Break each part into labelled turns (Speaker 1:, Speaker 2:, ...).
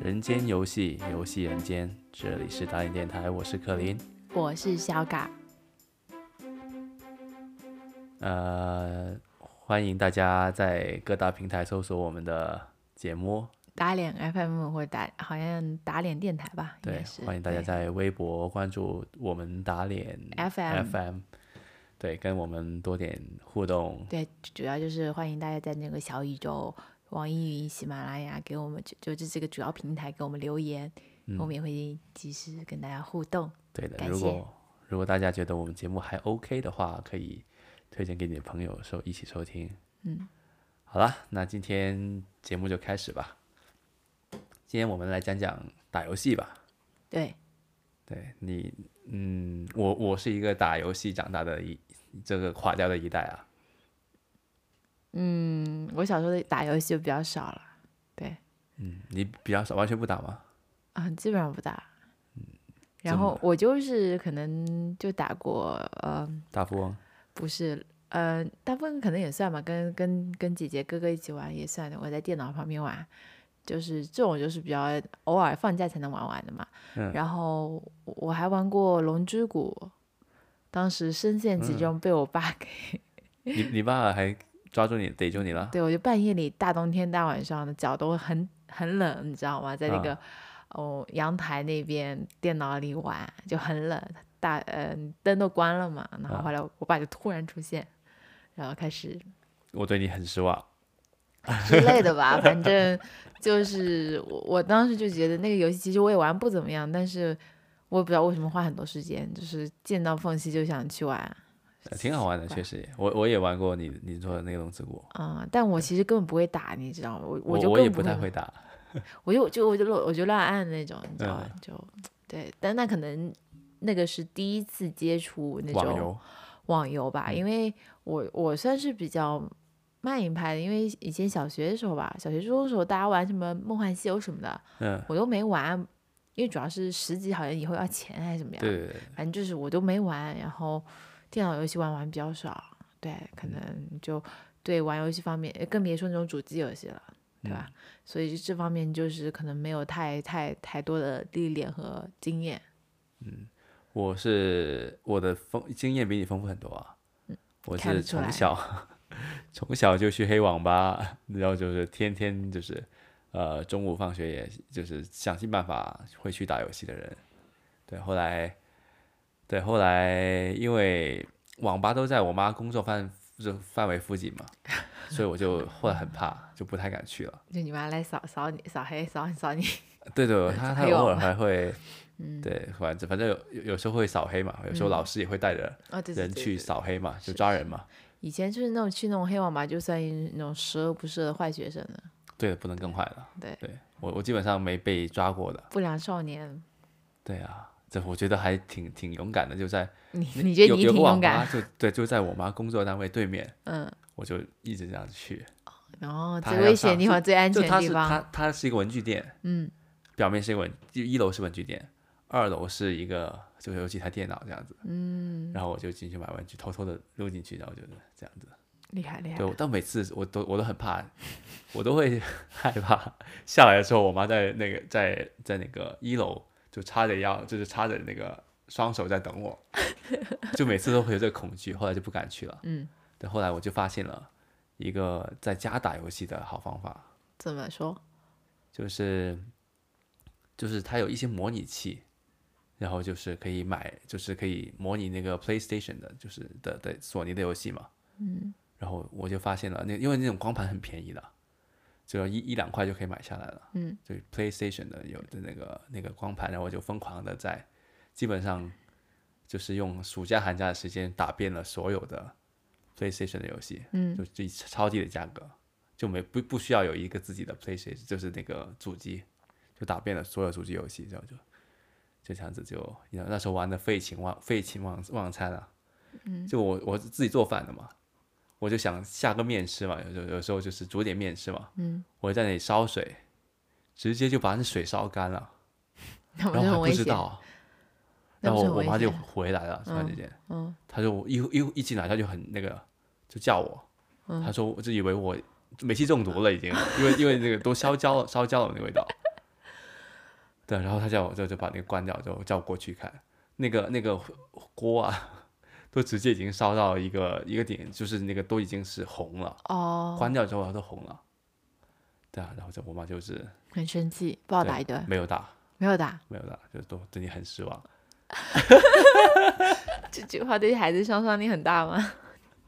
Speaker 1: 人间游戏，游戏人间，这里是打脸电台，我是可林。
Speaker 2: 我是小嘎，
Speaker 1: 呃，欢迎大家在各大平台搜索我们的节目，
Speaker 2: 打脸 FM 或者打好像打脸电台吧，应
Speaker 1: 对
Speaker 2: 该是，
Speaker 1: 欢迎大家
Speaker 2: 对
Speaker 1: 在微博关注我们打脸
Speaker 2: FM
Speaker 1: FM，对，跟我们多点互动，
Speaker 2: 对，主要就是欢迎大家在那个小宇宙、网易云、喜马拉雅给我们就就这几个主要平台给我们留言，
Speaker 1: 嗯
Speaker 2: 我们也会及时跟大家互动。
Speaker 1: 对的，
Speaker 2: 感
Speaker 1: 如
Speaker 2: 谢
Speaker 1: 果如果大家觉得我们节目还 OK 的话，可以推荐给你的朋友收一起收听。嗯，好啦，那今天节目就开始吧。今天我们来讲讲打游戏吧。
Speaker 2: 对，
Speaker 1: 对你，嗯，我我是一个打游戏长大的一这个垮掉的一代啊。
Speaker 2: 嗯，我小时候的打游戏就比较少了，对，
Speaker 1: 嗯，你比较少，完全不打吗？
Speaker 2: 啊，基本上不打。
Speaker 1: 这
Speaker 2: 然
Speaker 1: 嗯么
Speaker 2: 后我就是可能就打过，呃，
Speaker 1: 大富翁，
Speaker 2: 不是，呃，大部分可能也算吧，跟跟跟姐姐哥哥一起玩也算的。我在电脑旁边玩，就是这种就是比较偶尔放假才能玩玩的嘛。
Speaker 1: 嗯
Speaker 2: 然后我我还玩过《龙之谷》，当时深陷其中，
Speaker 1: 嗯
Speaker 2: 被我爸 给，
Speaker 1: 你你爸还抓住你逮住你了？
Speaker 2: 对我就半夜里大冬天大晚上的脚都很很冷，你知道吗？在那
Speaker 1: 啊
Speaker 2: 个、哦阳台那边电脑里玩就很冷，大呃灯都关了嘛。然后
Speaker 1: 啊
Speaker 2: 后来我爸就突然出现，然后开始。
Speaker 1: 我对你很失望。
Speaker 2: 之类的吧，反正就是我我当时就觉得那个游戏其实我也玩不怎么样，但是我也不知道为什么花很多时间，就是见到缝隙就想去玩，
Speaker 1: 呃挺好玩的，
Speaker 2: 吧
Speaker 1: 确实也，我我也玩过你你做的那个龙之谷，
Speaker 2: 嗯，但我其实根本不会打，你知道吗？我
Speaker 1: 我
Speaker 2: 就
Speaker 1: 我
Speaker 2: 更
Speaker 1: 也不太
Speaker 2: 会
Speaker 1: 会
Speaker 2: 玩，
Speaker 1: 打，
Speaker 2: 我就就我就乱我就乱按那种，你知道吗？
Speaker 1: 嗯
Speaker 2: 就对，但那可能那个是第一次接触那种
Speaker 1: 网游，
Speaker 2: 网游吧，
Speaker 1: 嗯
Speaker 2: 因为我我算是比较慢一拍的，因为以前小学的时候吧，小学初中的时候大家玩什么梦幻西游什么的，
Speaker 1: 嗯，
Speaker 2: 我都没玩，因为主要是十级好像以后要钱还是怎么样，
Speaker 1: 对对对，
Speaker 2: 反正就是我都没玩，然后电脑游戏玩玩比较少，对，可能就对玩游戏方面，呃更别说那种主机游戏了，对
Speaker 1: 嗯
Speaker 2: 吧？所以这方面就是可能没有太太太多的历练和经验。
Speaker 1: 我是我的丰经验比你丰富很多啊，我
Speaker 2: 嗯看
Speaker 1: 是
Speaker 2: 得出来
Speaker 1: 从小 从小就去黑网吧，然后就是天天就是呃中午放学也就是想尽办法会去打游戏的人，对，后来对后来因为网吧都在我妈工作范就范围附近嘛，所以我就后来很怕，就不太敢去了。
Speaker 2: 就你妈来扫扫你扫黑扫扫你，
Speaker 1: 对 对，他他
Speaker 2: 黑
Speaker 1: 偶
Speaker 2: 网
Speaker 1: 尔还 会，
Speaker 2: 嗯
Speaker 1: 对，反正反正有有有时候会扫黑嘛，有时候老师也会带着
Speaker 2: 哦对对
Speaker 1: 人
Speaker 2: 对
Speaker 1: 去
Speaker 2: 对
Speaker 1: 扫黑嘛，就抓人嘛。
Speaker 2: 以前就是那种去那种黑网吧，就算那种十恶不赦的坏学生的，
Speaker 1: 对，不能更坏了。
Speaker 2: 对
Speaker 1: 对我我基本上没被抓过的。
Speaker 2: 不良少年。
Speaker 1: 对啊，这我觉得还挺挺勇敢的，就在
Speaker 2: 你你觉得
Speaker 1: 有
Speaker 2: 你
Speaker 1: 有
Speaker 2: 挺
Speaker 1: 个网
Speaker 2: 勇
Speaker 1: 吧
Speaker 2: 敢，
Speaker 1: 就对，就在我妈工作单位对面，
Speaker 2: 嗯，
Speaker 1: 我就一直这样去。
Speaker 2: 然后
Speaker 1: 他
Speaker 2: 哦最
Speaker 1: 还要
Speaker 2: 危险
Speaker 1: 上
Speaker 2: 地方、最安
Speaker 1: 就
Speaker 2: 全
Speaker 1: 它
Speaker 2: 的地
Speaker 1: 是
Speaker 2: 方，
Speaker 1: 它它是一个文具店，
Speaker 2: 嗯，
Speaker 1: 表面是一个文，就一楼是文具店，二楼是一个就是有几台电脑这样子。嗯，然后我就进去买文具，偷偷的溜进去，然后就是这样子。
Speaker 2: 厉害厉害
Speaker 1: 对，，我但每次我都我都很怕，我都会 害怕。下来的时候，我妈在那个在在那个一楼就叉着腰，就是叉着那个双手在等我，就每次都会有这个恐惧，后来就不敢去了。
Speaker 2: 嗯，
Speaker 1: 对，后来我就发现了一个在家打游戏的好方法，
Speaker 2: 怎么说？
Speaker 1: 就是就是它有一些模拟器，然后就是可以买，就是可以模拟那个 PlayStation 的，就是的的索尼的游戏嘛。嗯。然后我就发现了，那因为那种光盘很便宜的，只要一一两块就可以买下来了。
Speaker 2: 嗯。
Speaker 1: 就 PlayStation 的有的那个那个光盘，然后我就疯狂的在，基本上就是用暑假寒假的时间打遍了所有的 PlayStation 的游戏。
Speaker 2: 嗯，
Speaker 1: 就最超低的价格，就没不不需要有一个自己的 PlayStation，就是那个主机，就打遍了所有主机游戏，然后就就这样子就，你知道那时候玩的废寝忘废寝忘忘餐啊，嗯，就我我自己做饭的嘛，我就想下个面吃嘛，有有有时候就是煮点面吃嘛，嗯，我在那里烧水，直接就把那水烧干了，然
Speaker 2: 那不
Speaker 1: 后
Speaker 2: 是
Speaker 1: 还
Speaker 2: 很
Speaker 1: 不
Speaker 2: 危
Speaker 1: 知
Speaker 2: 险？
Speaker 1: 道，
Speaker 2: 那
Speaker 1: 然
Speaker 2: 不
Speaker 1: 后
Speaker 2: 是
Speaker 1: 我
Speaker 2: 很
Speaker 1: 我
Speaker 2: 危
Speaker 1: 妈就
Speaker 2: 险
Speaker 1: 回来了，突然之间，
Speaker 2: 嗯
Speaker 1: 她就一一一进来，她就很那个，就叫我，
Speaker 2: 嗯
Speaker 1: 她说我就以为我煤气中毒了已经，因为因为那个都烧焦了，烧焦了那个味道。 对，然后她叫我就就把那个关掉，就叫我过去看那个那个锅啊，都直接已经烧到一个一个点，就是那个都已经是红了，
Speaker 2: 哦，
Speaker 1: 关掉之后它都红了。对啊，然后就我妈就是
Speaker 2: 很生气，暴
Speaker 1: 对
Speaker 2: 打一顿，
Speaker 1: 没有打，
Speaker 2: 没有打。
Speaker 1: 没有打，就都对你很失望。
Speaker 2: 这句话对孩子伤伤力很大吗？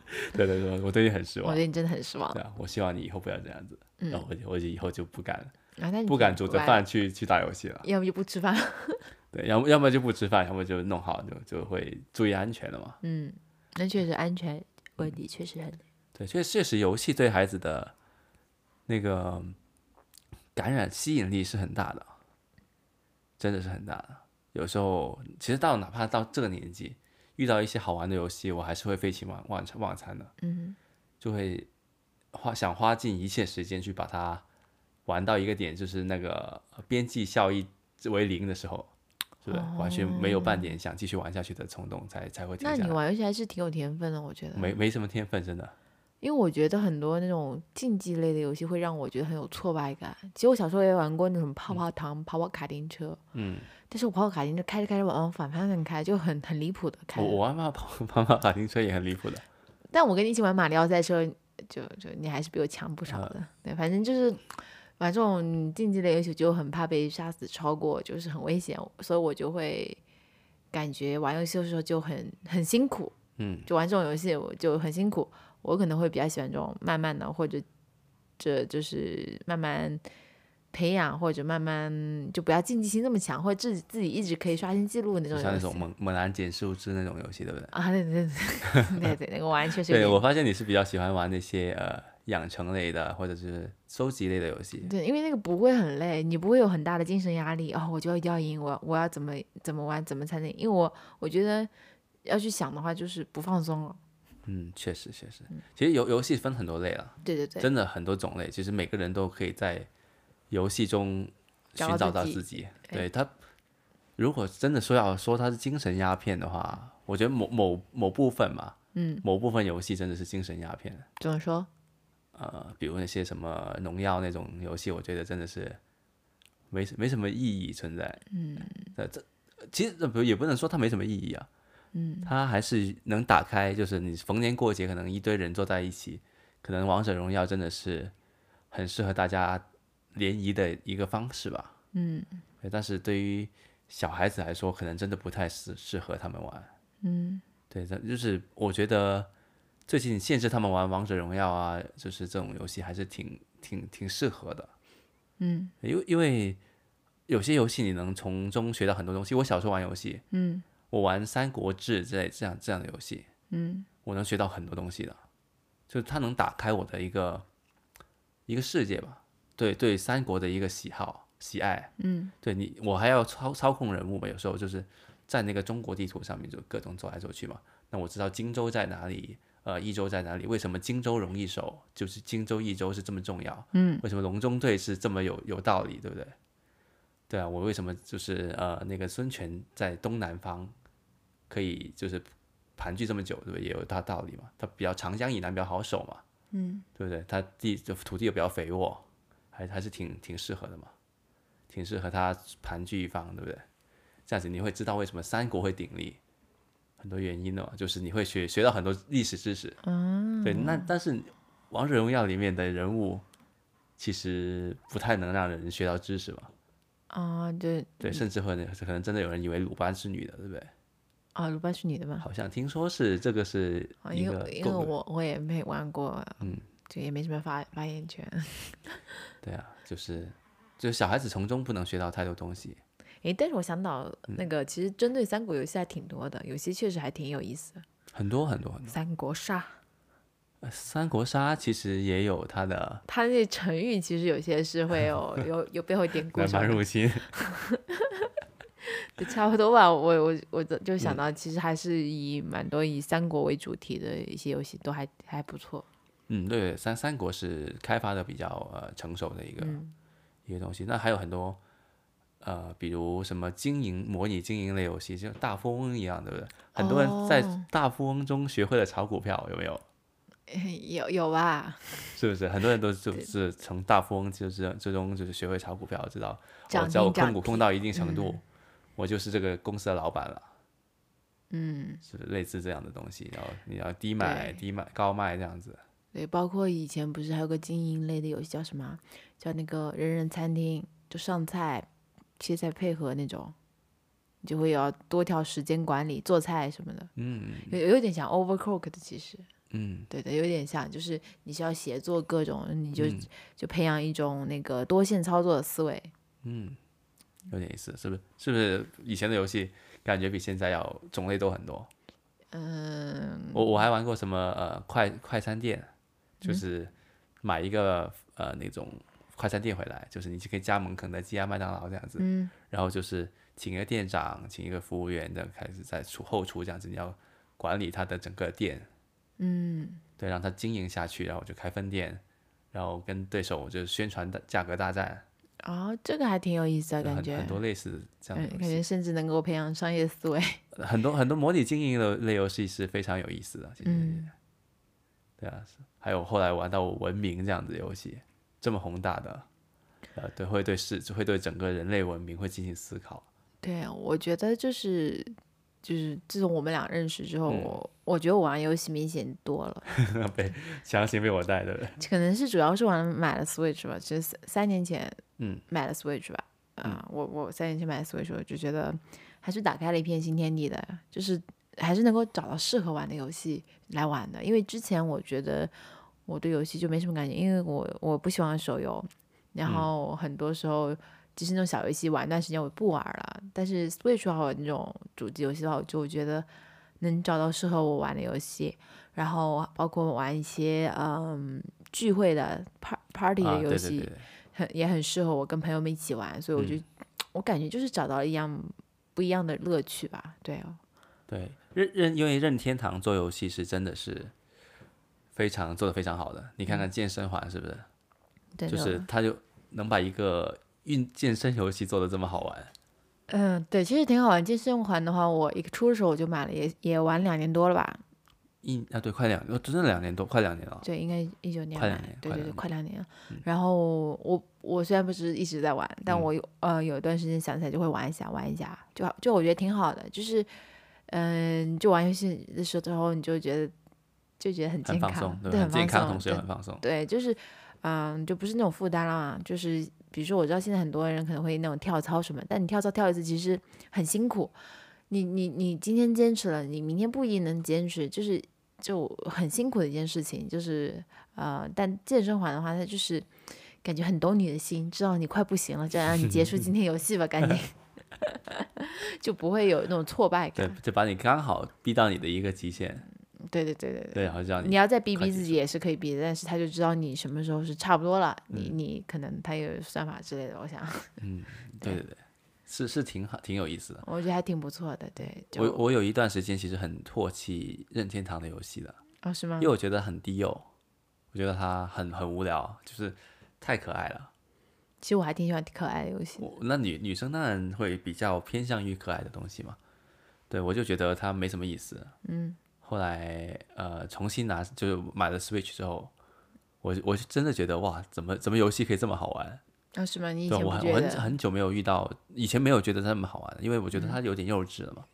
Speaker 1: 对对对，我对你很失
Speaker 2: 我
Speaker 1: 望。
Speaker 2: 对你真的很失望
Speaker 1: 对啊，我希望你以后不要这样子。
Speaker 2: 嗯
Speaker 1: 然后我就我就以后就不敢
Speaker 2: 啊！那你
Speaker 1: 不
Speaker 2: 就
Speaker 1: 敢煮着
Speaker 2: 玩，
Speaker 1: 饭去去打游戏了。
Speaker 2: 要么就不吃饭。
Speaker 1: 对，要么要么就不吃饭，要么就弄好就就会注意安全了嘛。
Speaker 2: 嗯，那确实安全问题确实很
Speaker 1: 对，确确实游戏对孩子的那个感染吸引力是很大的，真的是很大的。有时候其实到哪怕到这个年纪，遇到一些好玩的游戏，我还是会废寝忘忘忘餐的。
Speaker 2: 嗯
Speaker 1: 就会花想花尽一切时间去把它玩到一个点，就是那个呃边际效益为零的时候，是不是完全没有半点想继续玩下去的冲动才，才会停
Speaker 2: 哦那
Speaker 1: 下
Speaker 2: 你
Speaker 1: 来。
Speaker 2: 玩游戏还是挺有天分的，我觉得。
Speaker 1: 没没什么天分，真的。
Speaker 2: 因为我觉得很多那种竞技类的游戏会让我觉得很有挫败感。其实我小时候也玩过那种泡泡糖、跑跑卡丁车，
Speaker 1: 嗯，
Speaker 2: 但是我跑跑卡丁车开着开着往反方向开，就很很离谱的开
Speaker 1: 我
Speaker 2: 了。
Speaker 1: 我玩妈跑 妈妈卡丁车也很离谱的，
Speaker 2: 但我跟你一起玩马里奥赛车，就就你还是比我强不少的。
Speaker 1: 嗯
Speaker 2: 对，反正就是玩这种竞技类游戏，就很怕被杀死超过，就是很危险，所以我就会感觉玩游戏的时候就很很辛苦。
Speaker 1: 嗯，
Speaker 2: 就玩这种游戏我就很辛苦，我可能会比较喜欢这种慢慢的，或者这就是慢慢培养，或者慢慢就不要竞技性那么强，或者自己自己一直可以刷新记录那
Speaker 1: 就
Speaker 2: 种
Speaker 1: 像那
Speaker 2: 游
Speaker 1: 种
Speaker 2: 戏。
Speaker 1: 猛猛男捡树枝那种游戏，对不对？
Speaker 2: 啊，对对对 对对，那个玩确实
Speaker 1: 对，
Speaker 2: 有
Speaker 1: 我发现你是比较喜欢玩那些呃养成类的或者是收集类的游戏
Speaker 2: 点。对，因为那个不会很累，你不会有很大的精神压力。哦，我就要一定要赢，我我要怎么怎么玩，怎么才能赢？因为我我觉得要去想的话，就是不放松了。
Speaker 1: 嗯，确实确实，其实游游戏分很多类了。
Speaker 2: 对对对，
Speaker 1: 真的很多种类，其实每个人都可以在游戏中寻
Speaker 2: 找到
Speaker 1: 找到
Speaker 2: 自己哎
Speaker 1: 自己。对他，如果真的说要说它是精神鸦片的话，我觉得某某某部分嘛，
Speaker 2: 嗯，
Speaker 1: 某部分游戏真的是精神鸦片。
Speaker 2: 怎么说？
Speaker 1: 呃，比如那些什么农药那种游戏，我觉得真的是没什没什么意义存在。嗯，呃，这其实呃不也不能说它没什么意义啊。嗯，它还是能打开，就是你逢年过节可能一堆人坐在一起，可能王者荣耀真的是很适合大家联谊的一个方式吧。
Speaker 2: 嗯
Speaker 1: 对但是对于小孩子来说，可能真的不太适适合他们玩。
Speaker 2: 嗯
Speaker 1: 对，这就是我觉得最近限制他们玩王者荣耀啊，就是这种游戏还是挺挺挺适合的，
Speaker 2: 嗯
Speaker 1: 因为因为有些游戏你能从中学到很多东西。我小时候玩游戏，
Speaker 2: 嗯
Speaker 1: 我玩《三国志》之类这样这样的游戏，
Speaker 2: 嗯
Speaker 1: 我能学到很多东西的，就是它能打开我的一个一个世界吧，对对，三国的一个喜好喜爱，
Speaker 2: 嗯
Speaker 1: 对你，我还要操操控人物嘛，有时候就是在那个中国地图上面就各种走来走去嘛。那我知道荆州在哪里，呃，益州在哪里？为什么荆州容易守？就是荆州、益州是这么重要？
Speaker 2: 嗯，
Speaker 1: 为什么隆中对是这么有有道理，对不对？对啊，我为什么就是呃那个孙权在东南方可以就是盘踞这么久，对不对？也有他道理嘛。他比较长江以南比较好守嘛，
Speaker 2: 嗯，
Speaker 1: 对不对？他地就土地又比较肥沃，还还是挺挺适合的嘛，挺适合他盘踞一方，对不对？这样子你会知道为什么三国会鼎立，很多原因的嘛，就是你会学学到很多历史知识。
Speaker 2: 啊
Speaker 1: 嗯，对，那但是《王者荣耀》里面的人物其实不太能让人学到知识嘛，
Speaker 2: 啊，对
Speaker 1: 对，甚至会可能真的有人以为鲁班是女的，对不对？
Speaker 2: 啊，鲁班是女的吗？
Speaker 1: 好像听说是这个是
Speaker 2: 啊，
Speaker 1: 一
Speaker 2: 因
Speaker 1: 个
Speaker 2: 为因为
Speaker 1: 共
Speaker 2: 我我也没玩过，啊
Speaker 1: 嗯，
Speaker 2: 就也没什么发发言权。
Speaker 1: 对啊，就是就是小孩子从中不能学到太多东西。
Speaker 2: 诶，但是我想到
Speaker 1: 嗯
Speaker 2: 那个，其实针对三国游戏还挺多的，有些确实还挺有意思。
Speaker 1: 很多很多很多
Speaker 2: 三国杀，
Speaker 1: 呃三国杀其实也有它的
Speaker 2: 它那成语其实有些是会有有有背后典故
Speaker 1: 南
Speaker 2: 什
Speaker 1: 蛮
Speaker 2: 么
Speaker 1: 入侵，
Speaker 2: 的，差不多吧。我我我就就想到，其实还是以蛮多以三国为主题的一些游戏都还还不错。
Speaker 1: 嗯，对对，三三国是开发的比较呃成熟的一个、
Speaker 2: 嗯
Speaker 1: 一个东西。那还有很多呃，比如什么经营模拟经营类游戏，就像大富翁一样，对不对？很多人在
Speaker 2: 哦
Speaker 1: 大富翁中学会了炒股票，有没有？
Speaker 2: 有有吧？
Speaker 1: 是不是很多人都就是从大富翁就是最终就是学会炒股票，知道我
Speaker 2: 涨
Speaker 1: 只要我
Speaker 2: 停
Speaker 1: 控股
Speaker 2: 涨
Speaker 1: 控
Speaker 2: 停，
Speaker 1: 到一定程度，我就是这个公司的老板了，
Speaker 2: 嗯，
Speaker 1: 是不是类似这样的东西。然后你要低买
Speaker 2: 对
Speaker 1: 低卖高卖这样子，
Speaker 2: 对，包括以前不是还有个经营类的游戏叫什么？叫那个人人餐厅，就上菜、切菜配合那种，你就会要多条时间管理、做菜什么的，
Speaker 1: 嗯
Speaker 2: 有有点像 Overcooked 其实。
Speaker 1: 嗯
Speaker 2: 对的，有点像，就是你需要协作各种，你就、
Speaker 1: 嗯
Speaker 2: 就培养一种那个多线操作的思维。
Speaker 1: 嗯，有点意思，是不是？是不是以前的游戏感觉比现在要种类都很多？
Speaker 2: 嗯，
Speaker 1: 我我还玩过什么呃快快餐店，
Speaker 2: 嗯
Speaker 1: 就是买一个呃那种快餐店回来，就是你就可以加盟肯德基啊、麦当劳这样子，
Speaker 2: 嗯，
Speaker 1: 然后就是请一个店长，请一个服务员的开始在厨后厨这样子，你要管理他的整个店，嗯，对，让他经营下去，然后就开分店，然后跟对手就是宣传的价格大战，
Speaker 2: 哦，这个还挺有意思的
Speaker 1: 就
Speaker 2: 感
Speaker 1: 很
Speaker 2: 觉，
Speaker 1: 很多类似这样
Speaker 2: 嗯
Speaker 1: 的，游
Speaker 2: 感
Speaker 1: 戏，
Speaker 2: 觉甚至能够培养商业思维。
Speaker 1: 很多很多模拟经营的类游戏是非常有意思的，其实。
Speaker 2: 嗯，
Speaker 1: 对啊，是还有后来玩到文明这样子的游戏，这么宏大的，呃，对，会对世，会对整个人类文明会进行思考。
Speaker 2: 对，我觉得就是就是自从我们俩认识之后，
Speaker 1: 嗯
Speaker 2: 我我觉得我玩游戏明显多 了，
Speaker 1: 被强行被我带的，
Speaker 2: 可能是主要是玩买了 Switch 吧，其实三三年前
Speaker 1: 嗯
Speaker 2: 买了 Switch 吧。啊、我我三年前买了 Switch，我就觉得还是打开了一片新天地的，就是还是能够找到适合玩的游戏来玩的。因为之前我觉得我对游戏就没什么感觉，因为我我不喜欢手游，然
Speaker 1: 嗯
Speaker 2: 后很多时候即使那种小游戏玩一段时间我不玩了，但是 Switch 的话，我那种主机游戏的话，我就觉得能找到适合我玩的游戏，然后包括玩一些嗯聚会的 par party
Speaker 1: 啊，
Speaker 2: 的游
Speaker 1: 对对
Speaker 2: 戏。
Speaker 1: 对对，
Speaker 2: 很也很适合我跟朋友们一起玩，所以我
Speaker 1: 嗯
Speaker 2: 就、我感觉就是找到了一样不一样的乐趣吧。对哦，
Speaker 1: 对任任因为任天堂做游戏是真的是非常做的非常好的，你看
Speaker 2: 嗯
Speaker 1: 看健身环是不是？
Speaker 2: 真
Speaker 1: 就
Speaker 2: 的，哦
Speaker 1: 是他就能把一个运健身游戏做的这么好玩，
Speaker 2: 嗯，对，其实挺好玩。健身环的话，我一出的时候我就买了，也也玩两年多了吧？
Speaker 1: 一啊对，快两，哦真的两年多，快两年了，
Speaker 2: 对，应该一九年
Speaker 1: 快
Speaker 2: 买
Speaker 1: 两
Speaker 2: 的
Speaker 1: 年，
Speaker 2: 对
Speaker 1: 快两
Speaker 2: 对对，
Speaker 1: 年嗯
Speaker 2: 快两年了。然后我我虽然不是一直在玩，但我有、呃有一段时间想起来就会玩一下，玩一下，就就我觉得挺好的，就是嗯，就玩游戏的时候你就觉得就觉得很
Speaker 1: 很
Speaker 2: 健
Speaker 1: 放
Speaker 2: 康
Speaker 1: 松，，对，
Speaker 2: 对，
Speaker 1: 很健康，
Speaker 2: 放松，
Speaker 1: 同时
Speaker 2: 对
Speaker 1: 又很放松，
Speaker 2: 对，就是，嗯，就不是那种负担了嘛。就是比如说，我知道现在很多人可能会那种跳操什么，但你跳操跳一次其实很辛苦。你你你今天坚持了，你明天不一定能坚持，就是就很辛苦的一件事情。就是呃，但健身环的话，它就是感觉很懂你的心，知道你快不行了，这样让你结束今天游戏吧，赶紧，就不会有那种挫败
Speaker 1: 对
Speaker 2: 感。，
Speaker 1: 就把你刚好逼到你的一个极限，
Speaker 2: 对对对对对。
Speaker 1: 对，然后就让
Speaker 2: 你要再逼
Speaker 1: 快
Speaker 2: 逼
Speaker 1: 结
Speaker 2: 自己也是可以逼的，但是他就知道你什么时候是差不多了，你
Speaker 1: 嗯
Speaker 2: 你可能他有算法之类的，我想，
Speaker 1: 对对对，是是挺好，挺有意思的。
Speaker 2: 我觉得还挺不错的，对，就
Speaker 1: 我我有一段时间其实很唾弃任天堂的游戏的，
Speaker 2: 哦是吗
Speaker 1: 因为？我觉得很低幼，我觉得它很很无聊，就是太可爱了。
Speaker 2: 其实我还挺喜欢可爱的游戏的，
Speaker 1: 我那女女生当然会比较偏向于可爱的东西嘛，对我就觉得它没什么意思。嗯，后来呃重新拿就是买了 Switch 之后，我我是真的觉得哇，怎么怎么游戏可以这么好玩？
Speaker 2: 哦是吗？你以
Speaker 1: 对啊
Speaker 2: 前
Speaker 1: 我
Speaker 2: 不
Speaker 1: 很
Speaker 2: 觉
Speaker 1: 我很
Speaker 2: 得？
Speaker 1: 很久没有遇到，以前没有觉得它那么好玩，因为我觉得
Speaker 2: 嗯
Speaker 1: 它有点幼稚了嘛，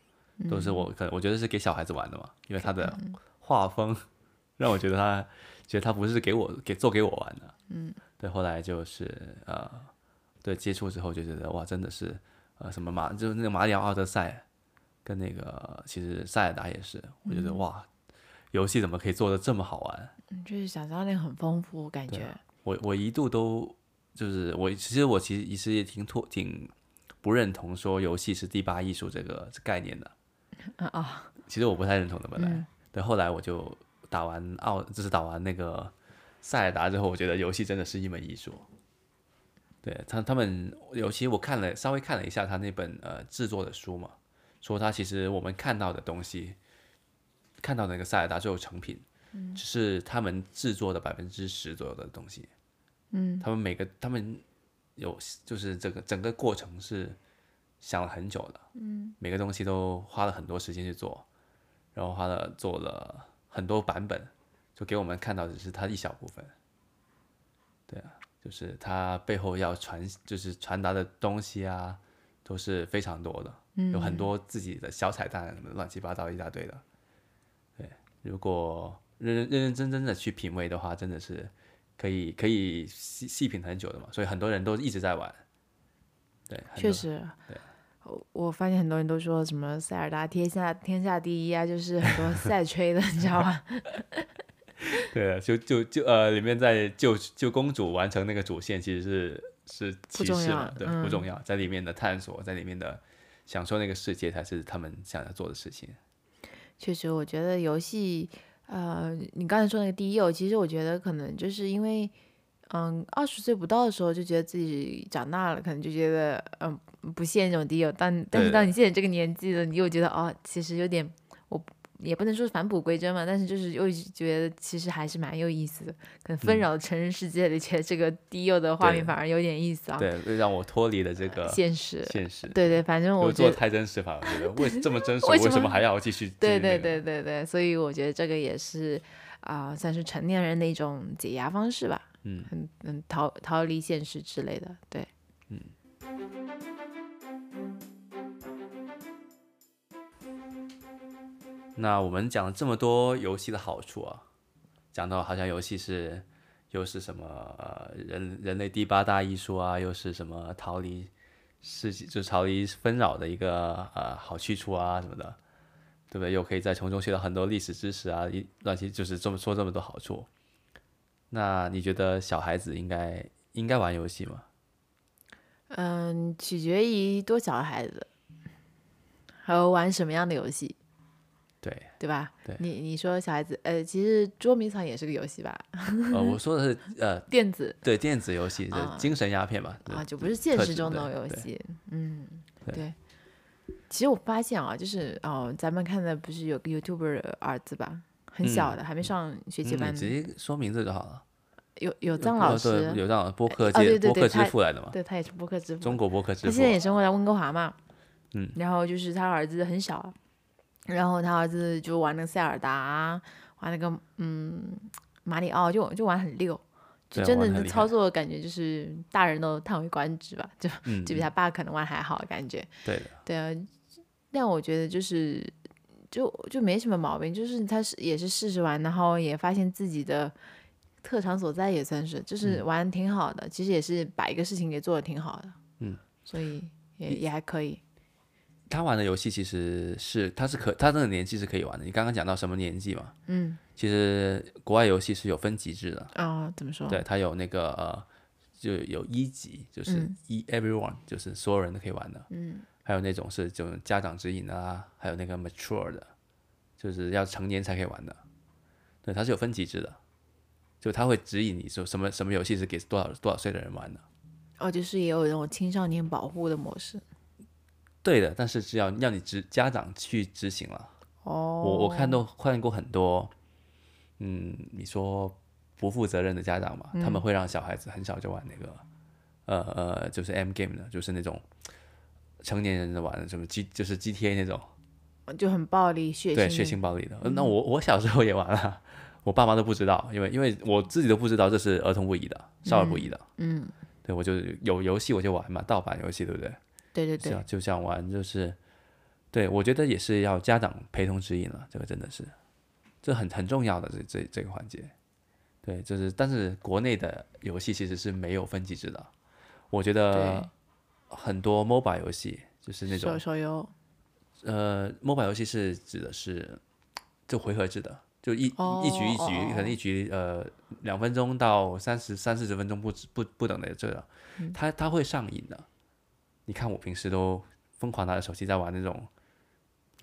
Speaker 1: 都是我可能我觉得是给小孩子玩的嘛，因为它的
Speaker 2: 嗯
Speaker 1: 画风让我觉得它觉得它不是给我给做给我玩的，嗯，对，后来就是呃，对接触之后就觉得哇，真的是呃什么马就是那个马里奥奥德赛跟那个其实塞尔达也是，我觉得、哇，游戏怎么可以做的这么好玩？
Speaker 2: 嗯就是想象力很丰富，我感
Speaker 1: 对
Speaker 2: 觉
Speaker 1: 啊，我我一度都就是我，其实我其实其实也挺脱挺不认同说游戏是第八艺术这个概念的。
Speaker 2: 啊啊，
Speaker 1: 其实我不太认同的，本来。对，后来我就打完奥，就是打完那个塞尔达之后，我觉得游戏真的是一门艺术。对他他们，尤其我看了稍微看了一下他那本呃制作的书嘛，说他其实我们看到的东西，看到的那个塞尔达最后成品，只是他们制作的百分之十左右的东西。嗯，他们每个他们有就是这个整个过程是想了很久的，嗯，每个东西都花了很多时间去做，然后花了做了很多版本，就给我们看到只是它一小部分，对啊，就是它背后要传就是传达的东西啊，都是非常多的，有很多自己的小彩蛋，乱七八糟一大堆的，对，如果认认认认真真的去品味的话，真的是。可以可以细细品很久的嘛，所以很多人都一直在玩。对，很
Speaker 2: 确
Speaker 1: 多
Speaker 2: 实，我我发现很多人都说什么塞尔达天下天下第一啊，就是很多 赛吹的，你知道吗？
Speaker 1: 对的，就就就呃，里面在救救公主完成那个主线，其实是是
Speaker 2: 不
Speaker 1: 骑
Speaker 2: 重
Speaker 1: 士嘛
Speaker 2: 要，
Speaker 1: 对，
Speaker 2: 嗯
Speaker 1: 不重要，在里面的探索，在里面的享受那个世界，才是他们想要做的事情。
Speaker 2: 确实，我觉得游戏，呃，你刚才说那个第一哦，其实我觉得可能就是因为，嗯，二十岁不到的时候就觉得自己长大了，可能就觉得，嗯，不屑那种低幼，但但是
Speaker 1: 对
Speaker 2: 当你现在这个年纪了，你又觉得哦，其实有点，我也不能说是返璞归真嘛，但是就是又觉得其实还是蛮有意思的。可能纷扰的成人世界里，觉得这个低幼的画
Speaker 1: 嗯
Speaker 2: 面
Speaker 1: 对
Speaker 2: 反而有点意思啊，
Speaker 1: 对，让我脱离了这个
Speaker 2: 呃现实。
Speaker 1: 现实。
Speaker 2: 对对，反正
Speaker 1: 如果
Speaker 2: 我
Speaker 1: 做
Speaker 2: 觉
Speaker 1: 得
Speaker 2: 得，
Speaker 1: 太真实吧，我觉得为这么真实，
Speaker 2: 为
Speaker 1: 为
Speaker 2: 什
Speaker 1: 什么
Speaker 2: 么
Speaker 1: 还要继续？
Speaker 2: 对
Speaker 1: 继续那
Speaker 2: 对
Speaker 1: 个
Speaker 2: 对对对，所以我觉得这个也是啊、算是成年人的一种解压方式吧。
Speaker 1: 嗯
Speaker 2: 嗯嗯，逃逃离现实之类的，对。
Speaker 1: 那我们讲了这么多游戏的好处啊，讲到好像游戏是又是什么、呃、人人类第八大艺术啊，又是什么逃离世界就是逃离纷扰的一个呃好去处啊什么的，对不对？又可以在从中学到很多历史知识啊，一乱七就是这么说这么多好处。那你觉得小孩子应该应该玩游戏吗？
Speaker 2: 嗯，取决于多小孩子，还有玩什么样的游戏，
Speaker 1: 对，
Speaker 2: 对吧？
Speaker 1: 对
Speaker 2: 你你说小孩子，呃，其实捉迷藏也是个游戏吧，
Speaker 1: 呃，我说的是呃，
Speaker 2: 电子
Speaker 1: 对电子游戏，对
Speaker 2: 啊
Speaker 1: 精神鸦片嘛，对
Speaker 2: 啊，就不是现
Speaker 1: 特
Speaker 2: 实
Speaker 1: 指
Speaker 2: 中
Speaker 1: 的
Speaker 2: 的游
Speaker 1: 对
Speaker 2: 戏。嗯，对。其实我发现啊，就是哦，咱们看的不是有个 YouTuber 的儿子吧，很小的，还没上学
Speaker 1: 嗯
Speaker 2: 前班
Speaker 1: 你
Speaker 2: 的，
Speaker 1: 直接说名字就好了。
Speaker 2: 有有藏
Speaker 1: 对
Speaker 2: 老师，
Speaker 1: 有藏老播客
Speaker 2: 对
Speaker 1: 界、
Speaker 2: 对
Speaker 1: 播客
Speaker 2: 对
Speaker 1: 之
Speaker 2: 他
Speaker 1: 父来的嘛？
Speaker 2: 对他也是播客之父，
Speaker 1: 中国播客之
Speaker 2: 他
Speaker 1: 父啊
Speaker 2: 现在也生活在温哥华嘛。
Speaker 1: 嗯，
Speaker 2: 然后就是他儿子很小，然后他儿子就玩那个塞尔达，玩那个嗯马里奥，就就玩很溜，就
Speaker 1: 对
Speaker 2: 真
Speaker 1: 玩得
Speaker 2: 的
Speaker 1: 很
Speaker 2: 就
Speaker 1: 厉害
Speaker 2: 操作感觉就是大人都叹为观止吧，就
Speaker 1: 嗯，
Speaker 2: 就比他爸可能玩还好感觉。
Speaker 1: 对的，
Speaker 2: 对啊，但我觉得就是就就没什么毛病，就是他是也是试试玩，然后也发现自己的特长所在，也算是就是玩得挺好的，其实也是把一个事情给做的挺好的，
Speaker 1: 嗯，
Speaker 2: 所以也也还可以。
Speaker 1: 他玩的游戏其实是他是可他这个年纪是可以玩的。你刚刚讲到什么年纪嘛？
Speaker 2: 嗯，
Speaker 1: 其实国外游戏是有分级制的，
Speaker 2: 啊、怎么说？
Speaker 1: 对，它有那个呃，就有一级，就是
Speaker 2: 嗯
Speaker 1: 一、everyone，就是所有人都可以玩的。嗯，还有那种是这种家长指引啊，还有那个 mature 的，就是要成年才可以玩的。对，它是有分级制的，就它会指引你说什么什么游戏是给多少多少岁的人玩的。
Speaker 2: 哦，就是也有那种青少年保护的模式。
Speaker 1: 对的，但是只要要你执家长去执行了。
Speaker 2: 哦，
Speaker 1: 我我看到看过很多，嗯，你说不负责任的家长嘛，他
Speaker 2: 嗯
Speaker 1: 们会让小孩子很小就玩那个，呃呃，就是 M game 的，就是那种成年人的玩的什么 G 就是 GTA 那种，
Speaker 2: 哦就很暴力血腥的，嗯
Speaker 1: 对，血腥暴力的。呃那我我小时候也玩啊，我爸妈都不知道，因为因为我自己都不知道这是儿童不宜的，少儿不宜的。嗯，对，我就有游戏我就玩嘛，盗版游戏对不对？
Speaker 2: 对对
Speaker 1: 是
Speaker 2: 对
Speaker 1: 啊，，就想玩就是，对我觉得也是要家长陪同指引了，这个真的是，这很很重要的这这这个环节。对，就是但是国内的游戏其实是没有分级制的，我觉得很多 MOBA 游戏就是那种
Speaker 2: 手手游
Speaker 1: 呃，MOBA 游戏是指的是就回合制的，就一、一局一
Speaker 2: 哦
Speaker 1: 局，
Speaker 2: 哦哦
Speaker 1: 可能一局呃两分钟到三十三四十分钟不止不不等的这个，
Speaker 2: 嗯
Speaker 1: 它它会上瘾的。你看我平时都疯狂拿着手机在玩那种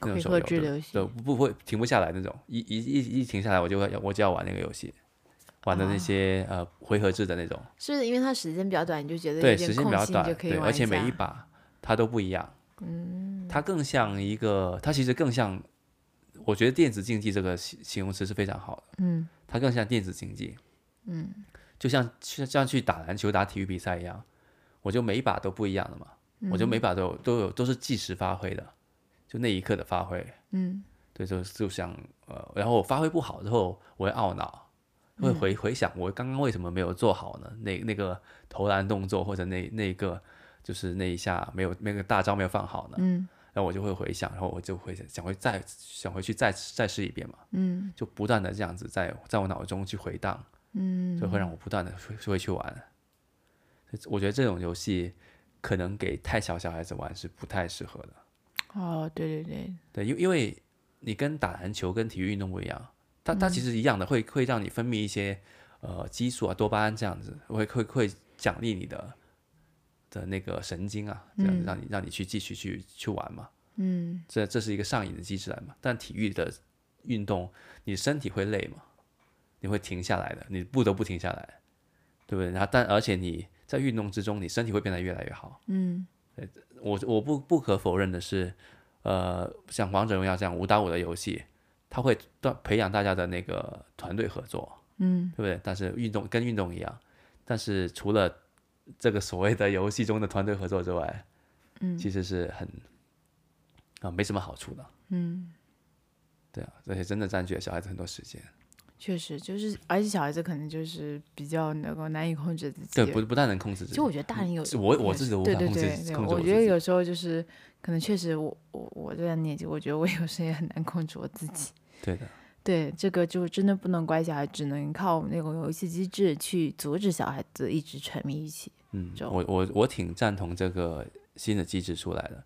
Speaker 1: 那种
Speaker 2: 回
Speaker 1: 手
Speaker 2: 合
Speaker 1: 游
Speaker 2: 制
Speaker 1: 对
Speaker 2: 的游戏
Speaker 1: 对，不不会停不下来那种，一一一一停下来我就要我就要玩那个游戏，玩
Speaker 2: 啊
Speaker 1: 的那些、呃回合制的那种。
Speaker 2: 是因为它时间比较短，你就觉得有
Speaker 1: 对，
Speaker 2: 点
Speaker 1: 时间比
Speaker 2: 空
Speaker 1: 较
Speaker 2: 隙
Speaker 1: 短
Speaker 2: 你，就可以
Speaker 1: 对，
Speaker 2: 玩
Speaker 1: 而且每
Speaker 2: 下
Speaker 1: 一把它都不一样。嗯，它更像一个，它其实更像，我觉得电子竞技这个形形容词是非常好的。嗯，它更像电子竞技。嗯，就像就像去打篮球、打体育比赛一样，我就每一把都不一样的嘛，
Speaker 2: 嗯
Speaker 1: 我就每把都有都有都是即时发挥的，就那一刻的发挥。
Speaker 2: 嗯，
Speaker 1: 对，就就像呃，然后我发挥不好之后，我会懊恼，会
Speaker 2: 嗯
Speaker 1: 回回想我刚刚为什么没有做好呢？那那个投篮动作或者那那个就是那一下没有那个大招没有放好呢？
Speaker 2: 嗯
Speaker 1: 然后我就会回想，然后我就会想会再想回去再再试一遍嘛，
Speaker 2: 嗯
Speaker 1: 就不断的这样子在在我脑中去回荡，
Speaker 2: 嗯，
Speaker 1: 就会让我不断的会会去玩。我觉得这种游戏可能给太小小孩子玩是不太适合的。
Speaker 2: 哦，对对对，
Speaker 1: 对，因因为你跟打篮球跟体育运动不一样，它它其实一样的，会会让你分泌一些呃激素啊、多巴胺这样子，会会会奖励你的的那个神经啊，这样子让你让你去继续去去玩嘛。
Speaker 2: 嗯
Speaker 1: 这这是一个上瘾的机制来嘛。但体育的运动，你身体会累嘛，你会停下来的，你不得不停下来，对不对？然后但而且你在运动之中，你身体会变得越来越好。
Speaker 2: 嗯
Speaker 1: 我我不不可否认的是，呃，像王者荣耀这样五打五的游戏，它会锻培养大家的那个团队合作，
Speaker 2: 嗯
Speaker 1: 对不对？但是运动跟运动一样，但是除了这个所谓的游戏中的团队合作之外，
Speaker 2: 嗯
Speaker 1: 其实是很啊、没什么好处的，
Speaker 2: 嗯，
Speaker 1: 对啊，而且真的占据了小孩子很多时间，
Speaker 2: 确实就是，而且小孩子可能就是比较能够难以控制自己。
Speaker 1: 对，不不太能控制自
Speaker 2: 其
Speaker 1: 己
Speaker 2: 实，我觉得大人有
Speaker 1: 是我我自己都无
Speaker 2: 对
Speaker 1: 法
Speaker 2: 对
Speaker 1: 控制
Speaker 2: 对对，
Speaker 1: 控制
Speaker 2: 我
Speaker 1: 我
Speaker 2: 觉得
Speaker 1: 自己，
Speaker 2: 有时候就是可能确实我我我这段年纪，我觉得我有时候也很难控制我自己。
Speaker 1: 对的，
Speaker 2: 对，这个就真的不能怪小孩，只能靠那种游戏机制去阻止小孩子一直沉迷于其。
Speaker 1: 嗯，
Speaker 2: 就
Speaker 1: 我我我挺赞同这个新的机制出来的，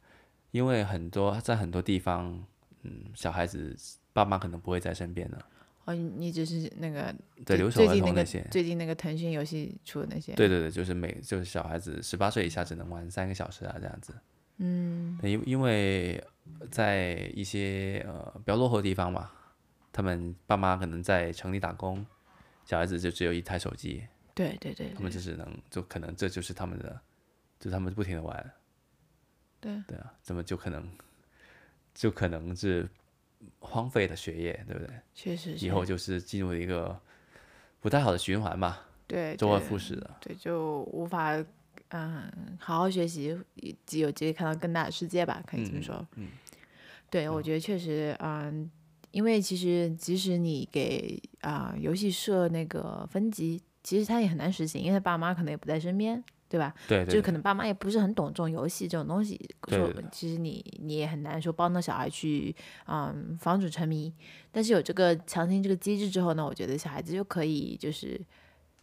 Speaker 1: 因为很多在很多地方，嗯，小孩子爸妈可能不会在身边的，
Speaker 2: 哦，你你只是那个
Speaker 1: 对，
Speaker 2: 最
Speaker 1: 留守
Speaker 2: 最
Speaker 1: 儿
Speaker 2: 近那
Speaker 1: 童
Speaker 2: 个
Speaker 1: 那些，
Speaker 2: 最近那个腾讯游戏出的那些，
Speaker 1: 对对对，就是每就是小孩子十八岁以下只能玩三个小时啊，这样子，
Speaker 2: 嗯
Speaker 1: 对因因为在一些呃比较落后的地方嘛，他们爸妈可能在城里打工，小孩子就只有一台手机，
Speaker 2: 对对对
Speaker 1: 他们就是能就可能这就是他们的，就他们不停的玩，
Speaker 2: 对
Speaker 1: 对啊，怎么就可能，就可能是荒废了学业，对不对？
Speaker 2: 确实是
Speaker 1: 以后就是进入一个不太好的循环嘛，
Speaker 2: 对
Speaker 1: 周而
Speaker 2: 对
Speaker 1: 复始的。
Speaker 2: 对就无法嗯好好学习，以及有机会看到更大的世界吧，可以这么说。嗯，对，我觉得确实嗯。因为其实，即使你给啊、游戏设那个分级，其实他也很难实行，因为他爸妈可能也不在身边，对吧？
Speaker 1: 对
Speaker 2: 就是
Speaker 1: 对
Speaker 2: 可能爸妈也不是很懂这种游戏这种东西，
Speaker 1: 对
Speaker 2: 说
Speaker 1: 对对
Speaker 2: 其实你你也很难说帮到小孩去嗯防止沉迷，但是有这个强行这个机制之后呢，我觉得小孩子就可以就是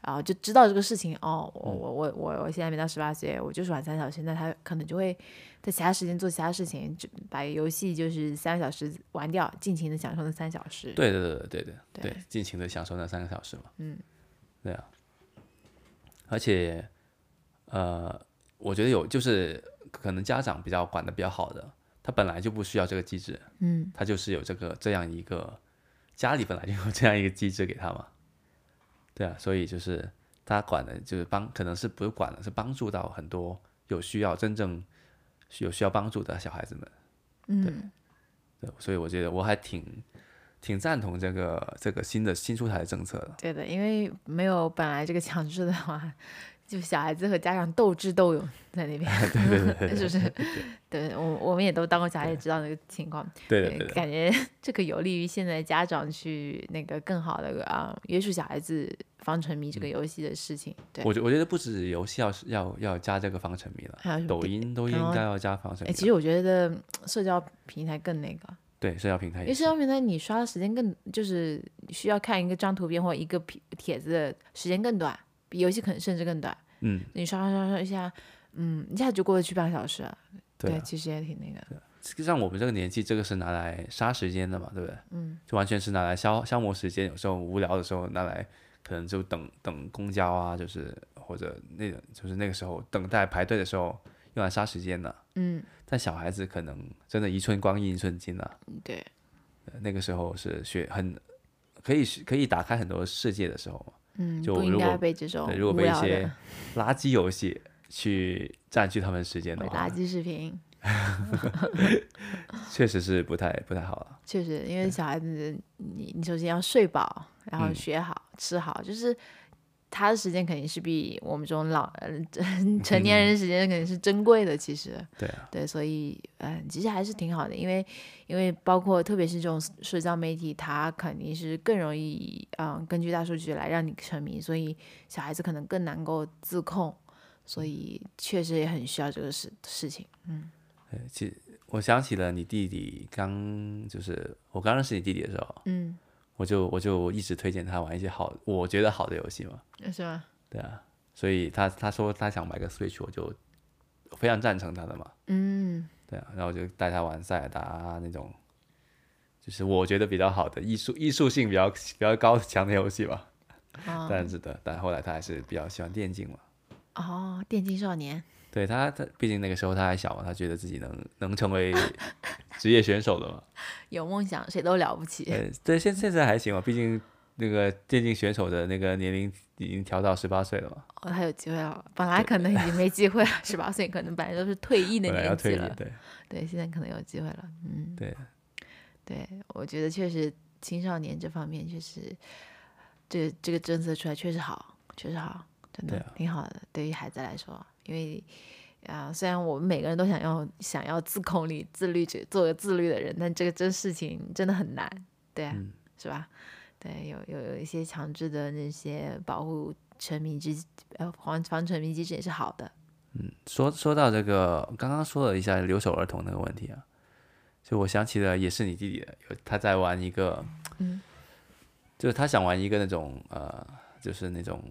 Speaker 2: 啊、就知道这个事情哦，
Speaker 1: 嗯
Speaker 2: 我我我我我现在没到十八岁，我就是玩三小时，那他可能就会在其他时间做其他事情，就把游戏就是三个小时玩掉，尽情的享受那三小时。
Speaker 1: 对对对对对对
Speaker 2: 对
Speaker 1: 对，尽情的享受那三个小时嘛。嗯，对啊。而且，呃，我觉得有就是可能家长比较管的比较好的，他本来就不需要这个机制，
Speaker 2: 嗯，
Speaker 1: 他就是有这个这样一个家里本来就有这样一个机制给他嘛。对啊，所以就是他管的，就是帮，可能是不是管了，是帮助到很多有需要真正有需要帮助的小孩子们。
Speaker 2: 嗯，
Speaker 1: 对，所以我觉得我还挺挺赞同这个这个新的新出台的政策的。
Speaker 2: 对的，因为没有本来这个强制的话，就小孩子和家长斗智斗勇在那边。
Speaker 1: 对对对对
Speaker 2: 是不是？对，我我们也都当过小孩，也知道那个情况。
Speaker 1: 对对对
Speaker 2: 呃
Speaker 1: 对
Speaker 2: 感觉 这个有利于现在家长去那个更好的啊、约束小孩子防沉迷这个游戏的事情。对，
Speaker 1: 嗯我觉我觉得不止游戏要是要要加这个防沉迷了，
Speaker 2: 还有什么
Speaker 1: 抖
Speaker 2: 电。
Speaker 1: 音都应
Speaker 2: 然后
Speaker 1: 该要加防沉
Speaker 2: 哎，
Speaker 1: 迷
Speaker 2: 其
Speaker 1: 了。
Speaker 2: 实我觉得嗯社交平台更那个，
Speaker 1: 对，社交平台
Speaker 2: 因
Speaker 1: 也
Speaker 2: 为
Speaker 1: 是
Speaker 2: 社。交平台你刷的时间更，就是需要看一个张图片或一个帖帖子的时间更短，比游戏可能甚至更短。
Speaker 1: 嗯，
Speaker 2: 你刷刷刷刷一下，嗯，一下就过去半个小时了。
Speaker 1: 对啊
Speaker 2: 其实也挺那个。
Speaker 1: 像我们这个年纪，这个是拿来杀时间的嘛，对不对？嗯，就完全是拿来消消磨时间，有时候无聊的时候拿来，可能就等等公交啊，就是或者那种就是那个时候等待排队的时候用来杀时间的。
Speaker 2: 嗯，
Speaker 1: 但小孩子可能真的一寸光阴一寸金啊，
Speaker 2: 对，
Speaker 1: 那个时候是学很可以可以打开很多世界的时候嘛。
Speaker 2: 嗯，
Speaker 1: 就
Speaker 2: 不应
Speaker 1: 如
Speaker 2: 该
Speaker 1: 果
Speaker 2: 被这种
Speaker 1: 对，如果
Speaker 2: 无
Speaker 1: 被一
Speaker 2: 聊的
Speaker 1: 些垃圾游戏去占据他们时间的
Speaker 2: 对
Speaker 1: 话
Speaker 2: 垃，圾视频，
Speaker 1: 确实是不太不太好了。
Speaker 2: 确实，因为小孩子，你你首先要睡饱，然后
Speaker 1: 嗯
Speaker 2: 学好、吃好，就是他的时间肯定是比我们这种老 呃成年人时间肯定是珍贵的，其实。
Speaker 1: 对啊，
Speaker 2: 对，所以嗯，其实还是挺好的，因为因为包括特别是这种社交媒体，它肯定是更容易嗯根据大数据来让你沉迷，所以小孩子可能更能够自控，所
Speaker 1: 嗯
Speaker 2: 以确实也很需要这个事事情。
Speaker 1: 对其实我想起了你弟弟刚就是我刚认识你弟弟的时候，
Speaker 2: 嗯，
Speaker 1: 我就我就一直推荐他玩一些好我觉得好的游戏嘛，
Speaker 2: 是吧？
Speaker 1: 对啊，所以他他说他想买个 Switch，我就非常赞成他的嘛，
Speaker 2: 嗯，
Speaker 1: 对啊，然后我就带他玩塞尔达啊那种，就是我觉得比较好的艺术艺术性比较比较高强的游戏吧，
Speaker 2: 啊、
Speaker 1: 但是的，但后来他还是比较喜欢电竞嘛。
Speaker 2: 哦，电竞少年，
Speaker 1: 对他，他毕竟那个时候他还小嘛，他觉得自己能能成 为职业选手的嘛。
Speaker 2: 有梦想谁都了不起。
Speaker 1: 呃，对，现现在还行嘛，毕竟那个电竞选手的那个年龄已经调到十八岁了嘛，
Speaker 2: 哦，他有机会了，本来可能已经没机会了，十八岁可能本来都是退役的
Speaker 1: 本来要
Speaker 2: 年
Speaker 1: 退
Speaker 2: 纪
Speaker 1: 役
Speaker 2: 了，。
Speaker 1: 对
Speaker 2: 对，现在可能有机会了。嗯，
Speaker 1: 对，
Speaker 2: 对，我觉得确实青少年这方面确实，这这个政策出来确实好，确实好，真
Speaker 1: 对
Speaker 2: 的、
Speaker 1: 啊
Speaker 2: 挺好的。对于孩子来说，因为啊、虽然我们每个人都想要想要自控力、自律者，做个自律的人，但这个真事情真的很难，对、啊
Speaker 1: 嗯
Speaker 2: 是吧？对，有有有一些强制的那些保护沉迷机呃防防沉迷机制也是好的，
Speaker 1: 说说到这个，刚刚说了一下留守儿童那个问题啊，就我想起了也是你弟弟的，有他在玩一个，
Speaker 2: 嗯
Speaker 1: 就是他想玩一个那种呃，就是那种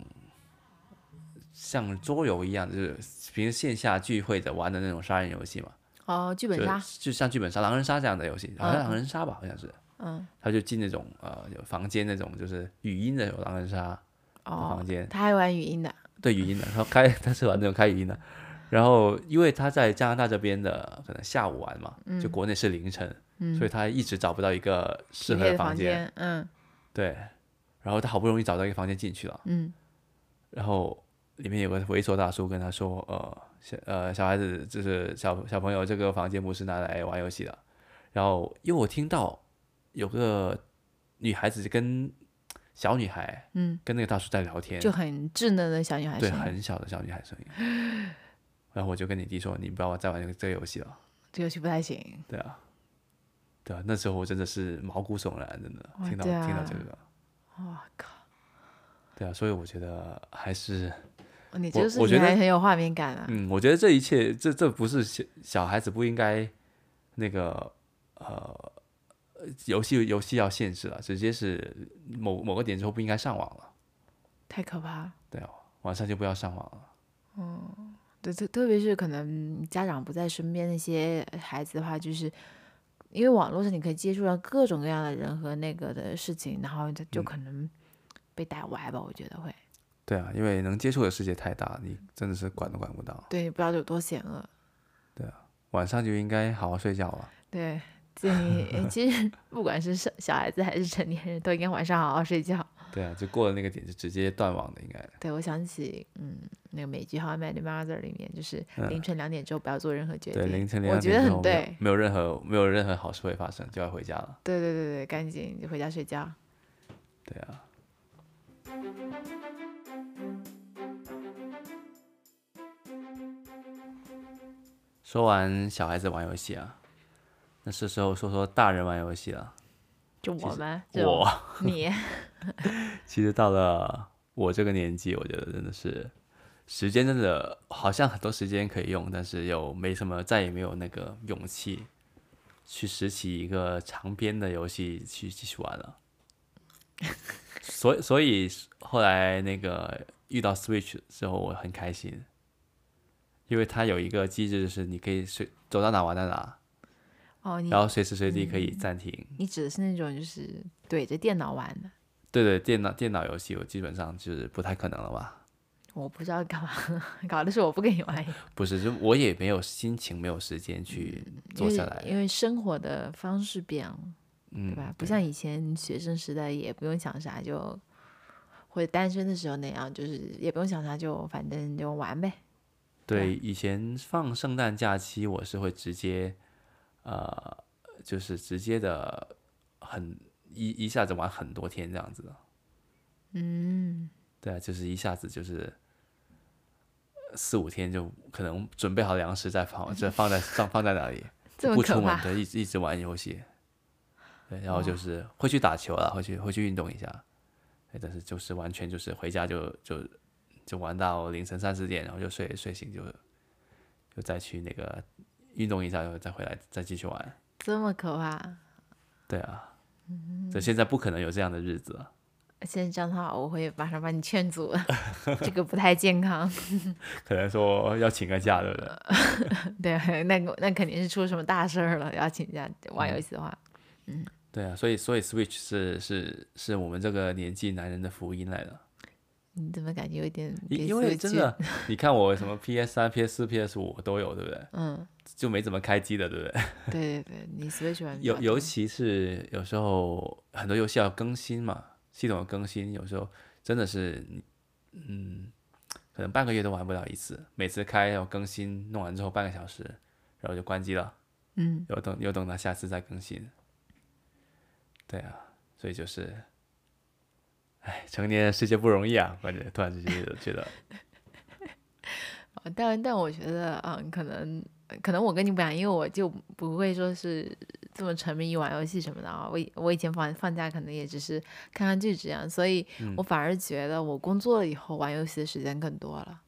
Speaker 1: 像桌游一样，就是平时线下聚会的玩的那种杀人游戏嘛，
Speaker 2: 哦，剧
Speaker 1: 就
Speaker 2: 本杀，
Speaker 1: 就像剧本杀、狼人杀这样的游戏，好像
Speaker 2: 嗯
Speaker 1: 狼人杀吧，好像是，
Speaker 2: 嗯，
Speaker 1: 他就进那种呃有房间那种就是语音的有狼人杀的
Speaker 2: 哦
Speaker 1: 房，间，
Speaker 2: 他还玩语音的，
Speaker 1: 对语音的，他开 他是玩那种开语音的。然后因为他在加拿大这边的可能下午玩嘛，就国内是凌晨，
Speaker 2: 嗯，
Speaker 1: 所以他一直找不到一个适
Speaker 2: 匹
Speaker 1: 合
Speaker 2: 配的
Speaker 1: 房
Speaker 2: 间，嗯
Speaker 1: 对，然后他好不容易找到一个房间进去了，
Speaker 2: 嗯。
Speaker 1: 然后里面有个猥琐大叔跟他说，呃，小呃小孩子就是小小朋友，这个房间不是拿来玩游戏的。然后因为我听到有个女孩子跟小女孩
Speaker 2: 嗯，
Speaker 1: 跟那个大叔在聊天，
Speaker 2: 就很稚嫩的小女孩
Speaker 1: 对，
Speaker 2: 声音，
Speaker 1: 很小的小女孩声音。然后我就跟你弟说：“你不要再玩这个这个游戏了。
Speaker 2: 这游戏不太行”。
Speaker 1: 对啊，对啊，那时候我真的是毛骨悚然，真的
Speaker 2: 哇
Speaker 1: 听到、
Speaker 2: 对啊
Speaker 1: 听到这个，
Speaker 2: 我靠，
Speaker 1: 对啊，所以我觉得还是，
Speaker 2: 你这
Speaker 1: 我
Speaker 2: 个事
Speaker 1: 我觉
Speaker 2: 情
Speaker 1: 得
Speaker 2: 还很有画面感啊。
Speaker 1: 嗯，我觉得这一切，这这不是小小孩子不应该那个呃，游戏游戏要限制了，直接是某某个点之后不应该上网了，
Speaker 2: 太可怕了。
Speaker 1: 对啊，晚上就不要上网了，
Speaker 2: 对，特特别是可能家长不在身边，那些孩子的话，就是因为网络上你可以接触到各种各样的人和那个的事情，然后他就
Speaker 1: 嗯
Speaker 2: 可能被带歪吧，我觉得会。
Speaker 1: 对啊，因为能接触的世界太大，你真的是管都管不到，
Speaker 2: 对，不知道有多险恶。
Speaker 1: 晚上就应该好好睡觉了。
Speaker 2: 对，建 议其实不管是小小孩子还是成年人，都应该晚上好好睡觉。
Speaker 1: 对啊，就过了那个点就直接断网的，应该。
Speaker 2: 对，我想起，嗯，那个美剧《How I Met Your Mother》里面，就是
Speaker 1: 嗯
Speaker 2: 凌晨两点之后不要做任何决定。
Speaker 1: 对，凌晨
Speaker 2: 我
Speaker 1: 两
Speaker 2: 觉
Speaker 1: 点之
Speaker 2: 得很
Speaker 1: 后没有
Speaker 2: 对。
Speaker 1: 没有任何没有任何好事会发生，就要回家了。
Speaker 2: 对对对对，赶紧就回家睡觉。
Speaker 1: 对啊，说完小孩子玩游戏啊，那是时候说说大人玩游戏了。
Speaker 2: 就
Speaker 1: 其
Speaker 2: 我
Speaker 1: 实
Speaker 2: 们，就
Speaker 1: 我
Speaker 2: 你，
Speaker 1: 其实到了我这个年纪，我觉得真的是时间真的好像很多时间可以用，但是又没什么，再也没有那个勇气去拾起一个长篇的游戏去继续玩了。 所以，所以后来那个遇到 Switch 之后，我很开心，因为它有一个机制，就是你可以随走到哪玩到哪，
Speaker 2: 哦，你
Speaker 1: 然后随时随地可以暂停。
Speaker 2: 你指的是那种就是怼着电脑玩的，
Speaker 1: 对对，电脑电脑游戏我基本上就是不太可能了吧。
Speaker 2: 我不知道干嘛， 搞的是我不跟你 玩一样，
Speaker 1: 不是，就我也没有心情，没有时间去坐
Speaker 2: 嗯因
Speaker 1: 下
Speaker 2: 为
Speaker 1: 来。
Speaker 2: 因为生活的方式变了，
Speaker 1: 嗯，
Speaker 2: 对吧？不像以前学生时代也不用想啥就。或者单身的时候那样，就是也不用想啥，就反正就玩呗。啊
Speaker 1: 对以前放圣诞假期，我是会直接，呃，就是直接的很一一下子玩很多天这样子的。嗯，对啊，就是一下子就是四五天就可能准备好粮食再放，再放在放放在那里，
Speaker 2: 这么
Speaker 1: 不
Speaker 2: 可
Speaker 1: 出门
Speaker 2: 怕，
Speaker 1: 对，一直一直玩游戏，对，然后就是会去打球了，啊会去会去运动一下，对，但是就是完全就是回家就就就玩到凌晨三四点，然后就睡睡醒就就再去那个运动一下，然后再回来再继续玩，
Speaker 2: 这么可怕！
Speaker 1: 对啊，
Speaker 2: 嗯
Speaker 1: 所以现在不可能有这样的日子啊了，
Speaker 2: 现在这样的话，我会马上把你劝阻， 这个不太健康。
Speaker 1: 可能说要请个假，对不
Speaker 2: 呃
Speaker 1: 对？
Speaker 2: 对，那个那肯定是出什么大事儿了，要请假玩游戏的话，
Speaker 1: 对啊，所以所以 Switch 是是是我们这个年纪男人的福音来的，
Speaker 2: 你怎么感觉有点
Speaker 1: 因
Speaker 2: 给
Speaker 1: 因
Speaker 2: 自
Speaker 1: 为
Speaker 2: 己
Speaker 1: 真
Speaker 2: 去
Speaker 1: 的，你看我什么 PS 三、PS 四、PS 五都有，对不对？
Speaker 2: 嗯，
Speaker 1: 就没怎么开机的，对不 对？
Speaker 2: 对对对，你 Switch 玩比
Speaker 1: 尤
Speaker 2: 较
Speaker 1: 尤
Speaker 2: 多
Speaker 1: 其是有时候很多游戏要更新嘛，系统要更新，有时候真的是，嗯，可能半个月都玩不了一次，每次开要更新，弄完之后半个小时，然后就关机了。
Speaker 2: 嗯，
Speaker 1: 又等又等它下次再更新。对啊，所以就是，哎，成年人世界不容易啊！反正突然之间就觉得，
Speaker 2: 啊但但我觉得，嗯，可能可能我跟你不一样，因为我就不会说是这么沉迷于玩游戏什么的啊。我以我以前放放假可能也只是看看剧这样，所以
Speaker 1: 嗯
Speaker 2: 我反而觉得我工作了以后玩游戏的时间更多了，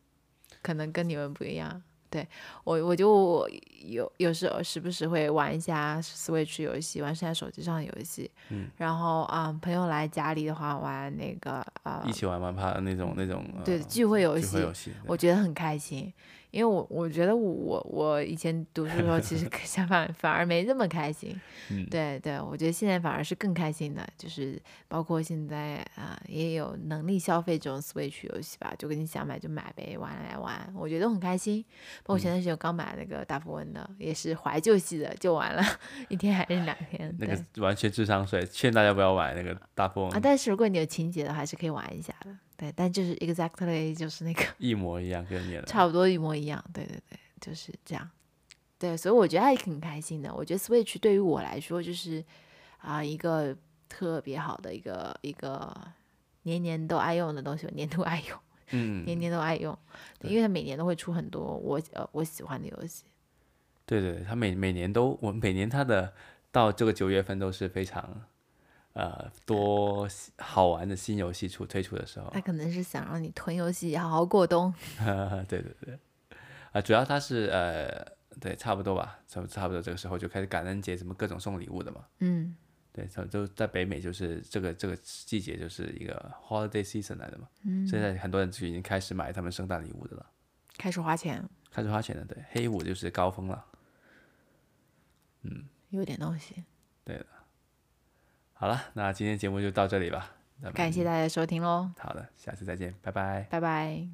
Speaker 2: 可能跟你们不一样。对我我就有有时候时不时会玩一下 Switch 游戏，玩一下手机上的游戏。嗯、然后啊、嗯朋友来家里的话玩那个 啊，
Speaker 1: 一起玩玩怕那种那种
Speaker 2: 对
Speaker 1: 呃
Speaker 2: 聚会游
Speaker 1: 聚
Speaker 2: 戏
Speaker 1: 会，游戏，
Speaker 2: 我觉得很开心，因为我我觉得我我以前读书的时候，其 实相反反而没这么开心。
Speaker 1: 嗯
Speaker 2: 对对，我觉得现在反而是更开心的，就是包括现在啊、也有能力消费这种 Switch 游戏吧，就跟你想买就买呗，玩来玩，我觉得很开心。包
Speaker 1: 嗯
Speaker 2: 括前段时间我刚买那个大富翁的，也是怀旧系的，就玩了 一天还是两天。
Speaker 1: 那
Speaker 2: 对
Speaker 1: 个完全智商税，劝大家不要玩那个大富
Speaker 2: 啊，
Speaker 1: 翁，
Speaker 2: 但是如果你有情节的话，还是可以玩一下的。对，但就是 exactly 就是那个。
Speaker 1: 一模一样跟你的。
Speaker 2: 差不多一模一样。对对对，就是这样。对，所以我觉得还挺开心的。我觉得 Switch 对于我来说就是啊、一个特别好的一个一个年年都爱用的东西，我年都爱用，
Speaker 1: 嗯，
Speaker 2: 年年都爱用，
Speaker 1: 对
Speaker 2: 因为它每年都会出很多我呃我喜欢的游戏。
Speaker 1: 对对，他每每年都，我每年他的到这个九月份都是非常，呃，多新好玩的新游戏出推出的时候。
Speaker 2: 它可能是想让你囤游戏，好好过冬。
Speaker 1: 对对对，啊、主要它是呃，对，差不多吧，差不差不多这个时候就开始感恩节，什么各种送礼物的嘛。
Speaker 2: 嗯，
Speaker 1: 对，就就在北美就是这个这个季节就是一个 holiday season 来的嘛。
Speaker 2: 嗯
Speaker 1: 现在很多人就已经开始买他们圣诞礼物的了，
Speaker 2: 开始花钱，
Speaker 1: 开始花钱了。对，黑五就是高峰了。嗯
Speaker 2: 有点东西。
Speaker 1: 好了，那今天节目就到这里吧。咱们
Speaker 2: 感谢大家的收听喽，
Speaker 1: 好的，下次再见，拜拜。
Speaker 2: 拜拜。